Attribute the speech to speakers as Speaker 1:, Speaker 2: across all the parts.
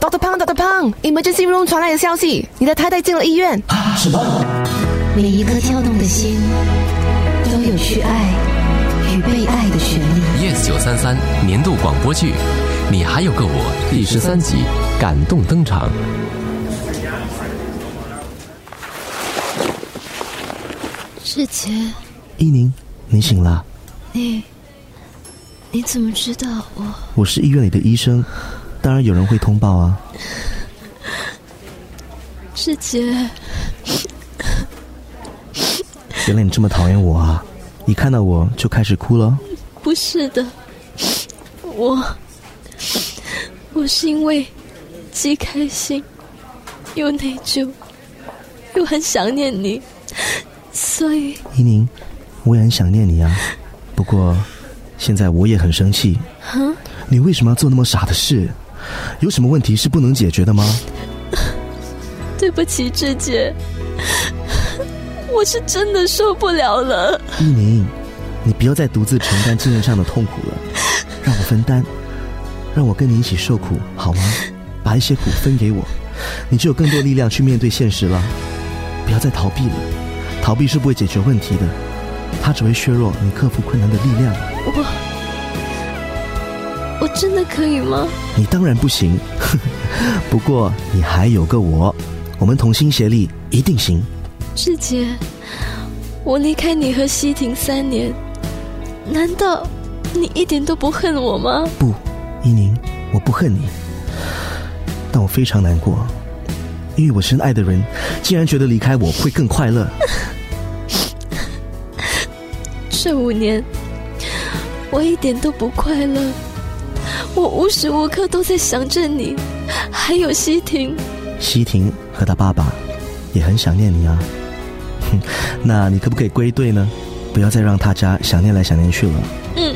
Speaker 1: Doctor Pang，Doctor Pang，Emergency Room 传来的消息，你的太太进了医院。
Speaker 2: 什么？
Speaker 3: 每一颗跳动的心，都有去爱与被爱的权利。
Speaker 4: Yes 九三三年度广播剧《你还有个我》第十三集感动登场。
Speaker 5: 志杰，
Speaker 6: 依宁，你醒了，
Speaker 5: 你你怎么知道我？
Speaker 6: 我是医院里的医生，当然有人会通报啊。
Speaker 5: 志杰，
Speaker 6: 原来你这么讨厌我啊！一看到我就开始哭了。
Speaker 5: 不是的，我我是因为既开心又内疚，又很想念你，所以
Speaker 6: 依宁，我也很想念你啊，不过现在我也很生气。你为什么要做那么傻的事？有什么问题是不能解决的吗？
Speaker 5: 对不起，志杰，我是真的受不了了。
Speaker 6: 依宁，你不要再独自承担精神上的痛苦了，让我分担，让我跟你一起受苦好吗？把一些苦分给我，你就有更多力量去面对现实了。不要再逃避了，逃避是不会解决问题的，它只会削弱你克服困难的力量。
Speaker 5: 我我真的可以吗？
Speaker 6: 你当然不行， 不过你还有个我，我们同心协力，一定行。
Speaker 5: 志杰，我离开你和西婷三年，难道你一点都不恨我吗？
Speaker 6: 不，依宁，我不恨你，但我非常难过，因为我深爱的人竟然觉得离开我会更快乐。
Speaker 5: 这五年，我一点都不快乐，我无时无刻都在想着你，还有西婷。
Speaker 6: 西婷和他爸爸也很想念你啊，哼，那你可不可以归队呢？不要再让大家想念来想念去了。
Speaker 5: 嗯，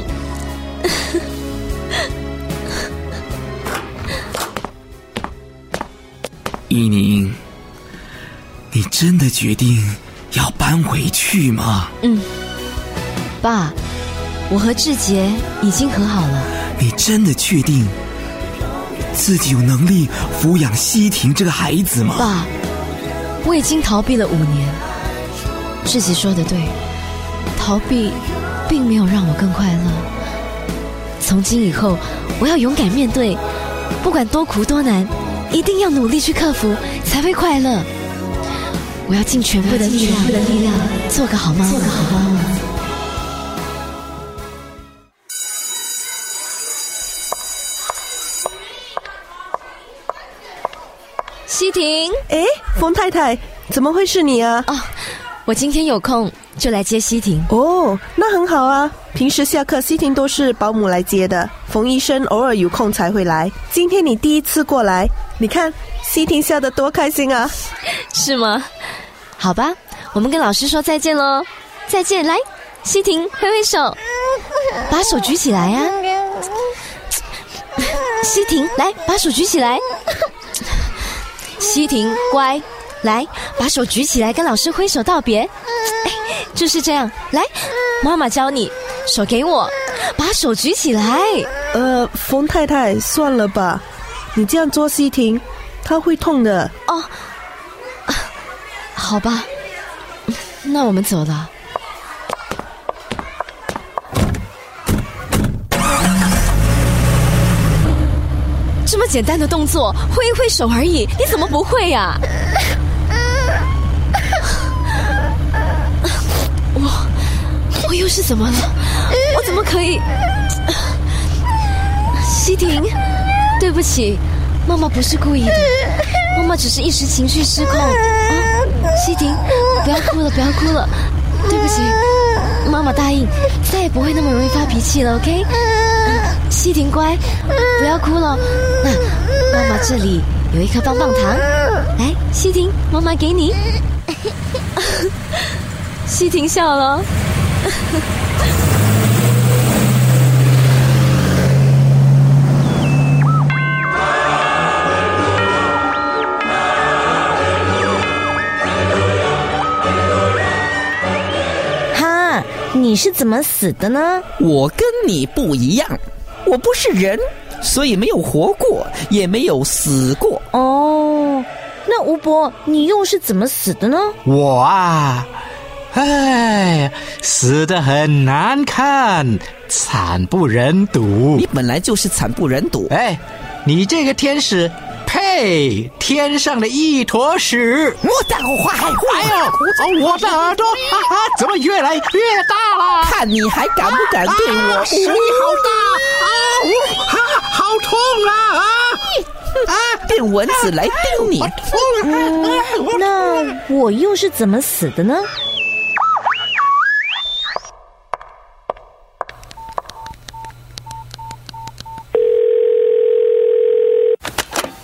Speaker 7: 依宁，你真的决定要搬回去吗？
Speaker 3: 爸，我和志杰已经和好了。
Speaker 7: 你真的确定自己有能力抚养西婷这个孩子吗？
Speaker 3: 爸，我已经逃避了五年。志杰说的对，逃避并没有让我更快乐。从今以后，我要勇敢面对，不管多苦多难，一定要努力去克服，才会快乐。我要尽全部的力量，做个好妈妈，做个好妈妈。
Speaker 5: 西婷，
Speaker 8: 哎，冯太太，怎么会是你啊？
Speaker 3: 我今天有空就来接西婷。
Speaker 8: 哦，那很好啊。平时下课，西婷都是保姆来接的，冯医生偶尔有空才会来。今天你第一次过来，你看西婷笑得多开心啊！
Speaker 5: 是吗？
Speaker 3: 好吧，我们跟老师说再见喽，再见！来，西婷挥挥手，把手举起来呀、西婷，来，把手举起来。西婷，乖，来，把手举起来，跟老师挥手道别。哎就是这样，来，妈妈教你，手给我，把手举起来。
Speaker 8: 呃，冯太太，算了吧，你这样做西婷，她会痛的。
Speaker 3: 好吧，那我们走了。这么简单的动作，挥一挥手而已，你怎么不会呀、我我又是怎么了？我怎么可以？西婷，对不起，妈妈不是故意的，妈妈只是一时情绪失控。啊，西婷，不要哭了，不要哭了，对不起，妈妈答应再也不会那么容易发脾气了，OK？嗯西婷乖，不要哭了。那妈妈这里有一颗棒棒糖，来，西婷，妈妈给你。 西婷笑了。
Speaker 9: 哈，你是怎么死的呢？
Speaker 10: 我跟你不一样，我不是人，
Speaker 2: 所以没有活过，也没有死过。
Speaker 9: 哦，那吴伯，你又是怎么死的呢？
Speaker 7: 我啊，哎，死得很难看，惨不忍睹
Speaker 2: 你。本来就是惨不忍睹。
Speaker 7: 哎，你这个天使，呸！天上的一坨屎！
Speaker 2: 我的坏
Speaker 7: 哎呦，哦我的耳朵，哈哈，怎么越来越大了？
Speaker 2: 看你还敢不敢对我？
Speaker 7: 啊屎好大啊！我哈、好痛啊啊！
Speaker 2: 变蚊子来叮你。
Speaker 7: 痛啊！
Speaker 9: 那我又是怎么死的呢？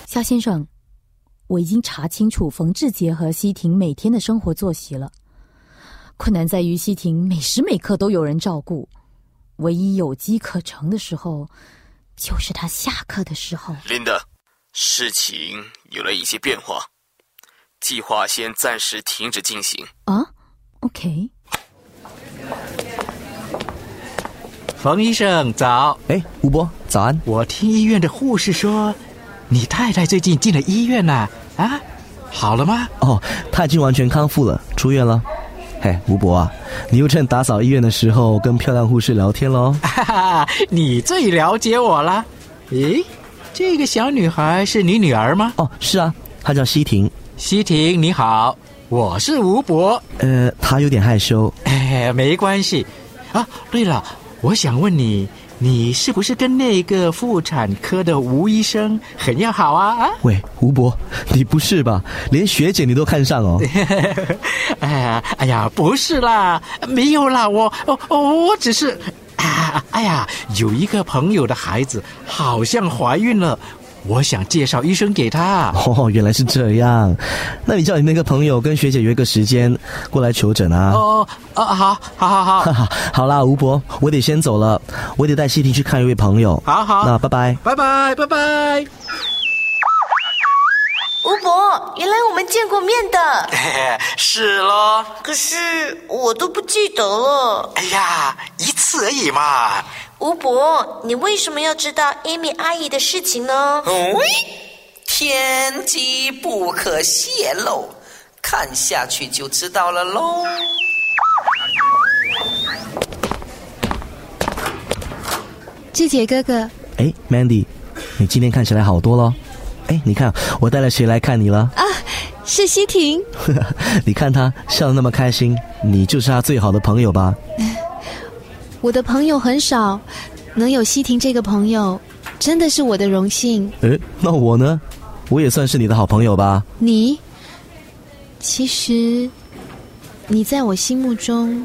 Speaker 10: 肖先生，我已经查清楚冯志杰和西婷每天的生活作息了。困难在于西婷每时每刻都有人照顾，唯一有机可乘的时候，就是她下课的时候。
Speaker 11: 琳达，事情有了一些变化，计划先暂时停止进行。
Speaker 10: 啊，OK，
Speaker 7: 冯医生早，
Speaker 6: 哎，吴波，早安。
Speaker 7: 我听医院的护士说，你太太最近进了医院呐、啊，好了吗？
Speaker 6: 哦，他已经完全康复了，出院了。嘿，吴博啊，你又趁打扫医院的时候跟漂亮护士聊天喽？
Speaker 7: 哈哈， 你最了解我了。咦，这个小女孩是你女儿吗？
Speaker 6: 哦，是啊，她叫西婷。
Speaker 7: 西婷，你好，我是吴博。
Speaker 6: 呃，她有点害羞。
Speaker 7: 哎，没关系。啊，对了，我想问你，你是不是跟那个妇产科的吴医生很要好啊？ 啊？
Speaker 6: 喂，吴博，你不是吧？连学姐你都看上哦？
Speaker 7: 哎呀，哎呀，不是啦，没有啦，我我我只是，啊，哎呀，有一个朋友的孩子好像怀孕了，我想介绍医生给他。
Speaker 6: 哦，原来是这样。那你叫你那个朋友跟学姐约个时间过来求诊啊。
Speaker 7: 哦，啊，好，好好
Speaker 6: 哈
Speaker 7: 好，
Speaker 6: 哈，好啦，吴博，我得先走了，我得带西婷去看一位朋友。
Speaker 7: 好好
Speaker 6: 那拜拜。
Speaker 7: 拜拜，拜拜。
Speaker 1: 吴伯，原来我们见过面的，
Speaker 7: 是咯，
Speaker 1: 哎可是我都不记得了。
Speaker 7: 哎呀，一次而已嘛。
Speaker 1: 吴伯，你为什么要知道 Amy 阿姨的事情呢？
Speaker 2: 天机不可泄露，看下去就知道了喽。
Speaker 3: 志杰哥哥，
Speaker 6: 哎，Mandy，你今天看起来好多咯。哎，你看我带了谁来看你了？
Speaker 3: 是西婷，
Speaker 6: 你看他笑得那么开心，你就是他最好的朋友吧？
Speaker 3: 我的朋友很少，能有西婷这个朋友，真的是我的荣幸。
Speaker 6: 诶，那我呢？我也算是你的好朋友吧？
Speaker 3: 你，其实，你在我心目中，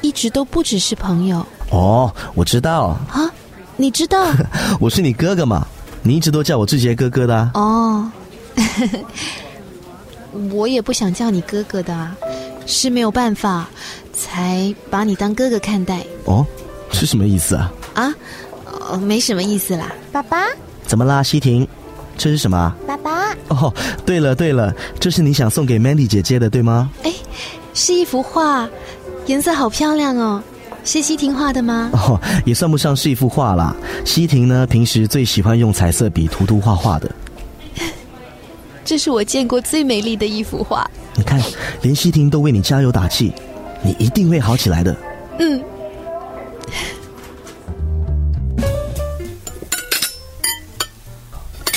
Speaker 3: 一直都不只是朋友
Speaker 6: 哦，我知道，
Speaker 3: 啊，你知道
Speaker 6: 我是你哥哥嘛，你一直都叫我志杰哥哥的、啊。
Speaker 3: 哦。 我也不想叫你哥哥的啊，是没有办法，才把你当哥哥看待
Speaker 6: 哦，是什么意思啊？
Speaker 3: 啊，呃，没什么意思啦。
Speaker 9: 爸爸，
Speaker 6: 怎么啦，西婷？这是什么啊？
Speaker 9: 爸爸，
Speaker 6: 哦，对了对了，这是你想送给 Mandy 姐姐的，对吗？
Speaker 3: 哎是一幅画，颜色好漂亮哦，是西婷画的吗？
Speaker 6: 哦，也算不上是一幅画啦。西婷呢，平时最喜欢用彩色笔涂涂画画的。
Speaker 3: 这是我见过最美丽的一幅画。
Speaker 6: 你看，连西婷都为你加油打气，你一定会好起来的。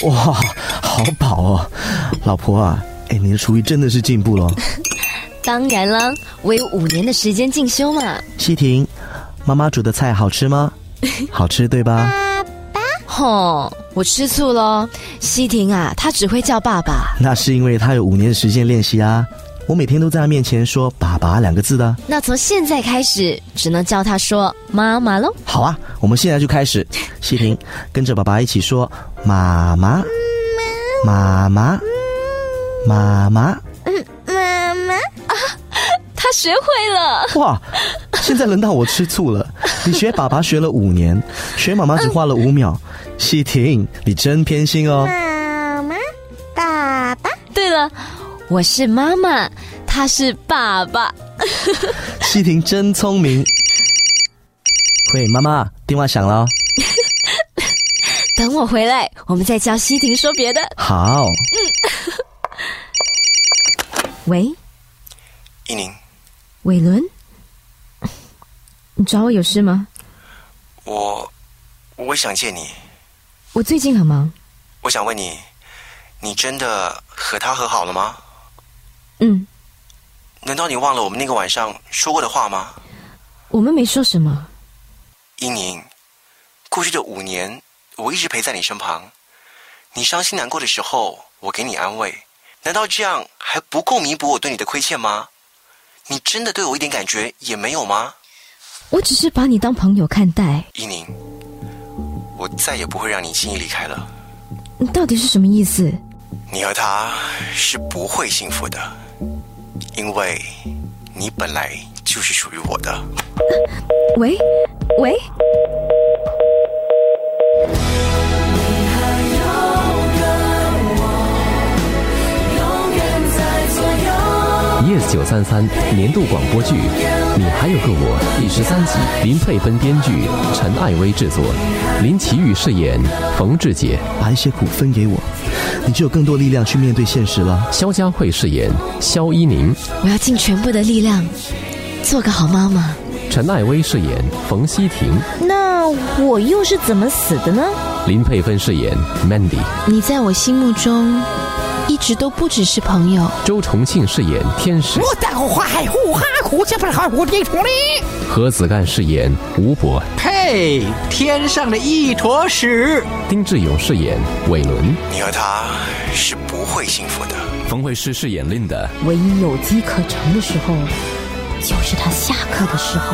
Speaker 6: 嗯。哇，好饱哦，老婆啊，哎，你的厨艺真的是进步了。哦
Speaker 3: 当然啦，我有五年的时间进修嘛。
Speaker 6: 西婷，妈妈煮的菜好吃吗？好吃对吧？
Speaker 3: 吼，我吃醋喽。西婷啊，她只会叫爸爸。
Speaker 6: 那是因为她有五年的时间练习啊。我每天都在她面前说“爸爸”两个字的。
Speaker 3: 那从现在开始，只能叫她说妈妈喽。
Speaker 6: 好啊，我们现在就开始。西婷，跟着爸爸一起说：“妈妈，妈妈，妈妈。
Speaker 9: 妈妈，
Speaker 3: 啊她学会了。”
Speaker 6: 哇，现在轮到我吃醋了。你学爸爸学了五年，学妈妈只花了五秒。西婷，你真偏心哦。
Speaker 9: 妈妈，爸爸，
Speaker 3: 对了，我是妈妈，她是爸爸。
Speaker 6: 西婷真聪明。喂，妈妈，电话响了哦。
Speaker 5: 等我回来，我们再教西婷说别的。
Speaker 6: 好，
Speaker 10: 喂，
Speaker 12: 一宁，
Speaker 10: 伟伦， 你找我有事吗？
Speaker 12: 我我想见你，
Speaker 10: 我最近很忙。
Speaker 12: 我想问你，你真的和他和好了吗？
Speaker 10: 嗯，
Speaker 12: 难道你忘了我们那个晚上说过的话吗？
Speaker 10: 我们没说什么。
Speaker 12: 一宁，过去的五年，我一直陪在你身旁，你伤心难过的时候，我给你安慰。难道这样还不够弥补我对你的亏欠吗？你真的对我一点感觉也没有吗？
Speaker 10: 我只是把你当朋友看待。
Speaker 12: 一宁，我再也不会让你轻易离开了。
Speaker 10: 你到底是什么意思？
Speaker 12: 你和他是不会幸福的，因为你本来就是属于我的。
Speaker 10: 喂，喂。
Speaker 4: yes 九三三年度广播剧《你还有个我》第十三集，林佩芬编剧，陈艾薇制作，林奇玉饰演冯志杰，
Speaker 6: 把一些苦分给我，你就有更多力量去面对现实了。
Speaker 4: 肖佳慧饰演肖一宁，
Speaker 5: 我要尽全部的力量，做个好妈妈。
Speaker 4: 陈艾薇饰演冯希婷，
Speaker 9: 那我又是怎么死的呢？
Speaker 4: 林佩芬饰演 Mandy，
Speaker 13: 你在我心目中一直都不只是朋友。
Speaker 4: 周重庆饰演天使，
Speaker 14: 大口花海呼哈呼，这不是哈呼地图哩？
Speaker 4: 何子干饰演吴博，
Speaker 7: 呸！天上的一坨屎。
Speaker 4: 丁志勇饰演伟伦，
Speaker 12: 你和他是不会幸福的。
Speaker 4: 冯慧诗饰演 Linda，
Speaker 10: 唯一有机可乘的时候，就是他下课的时候。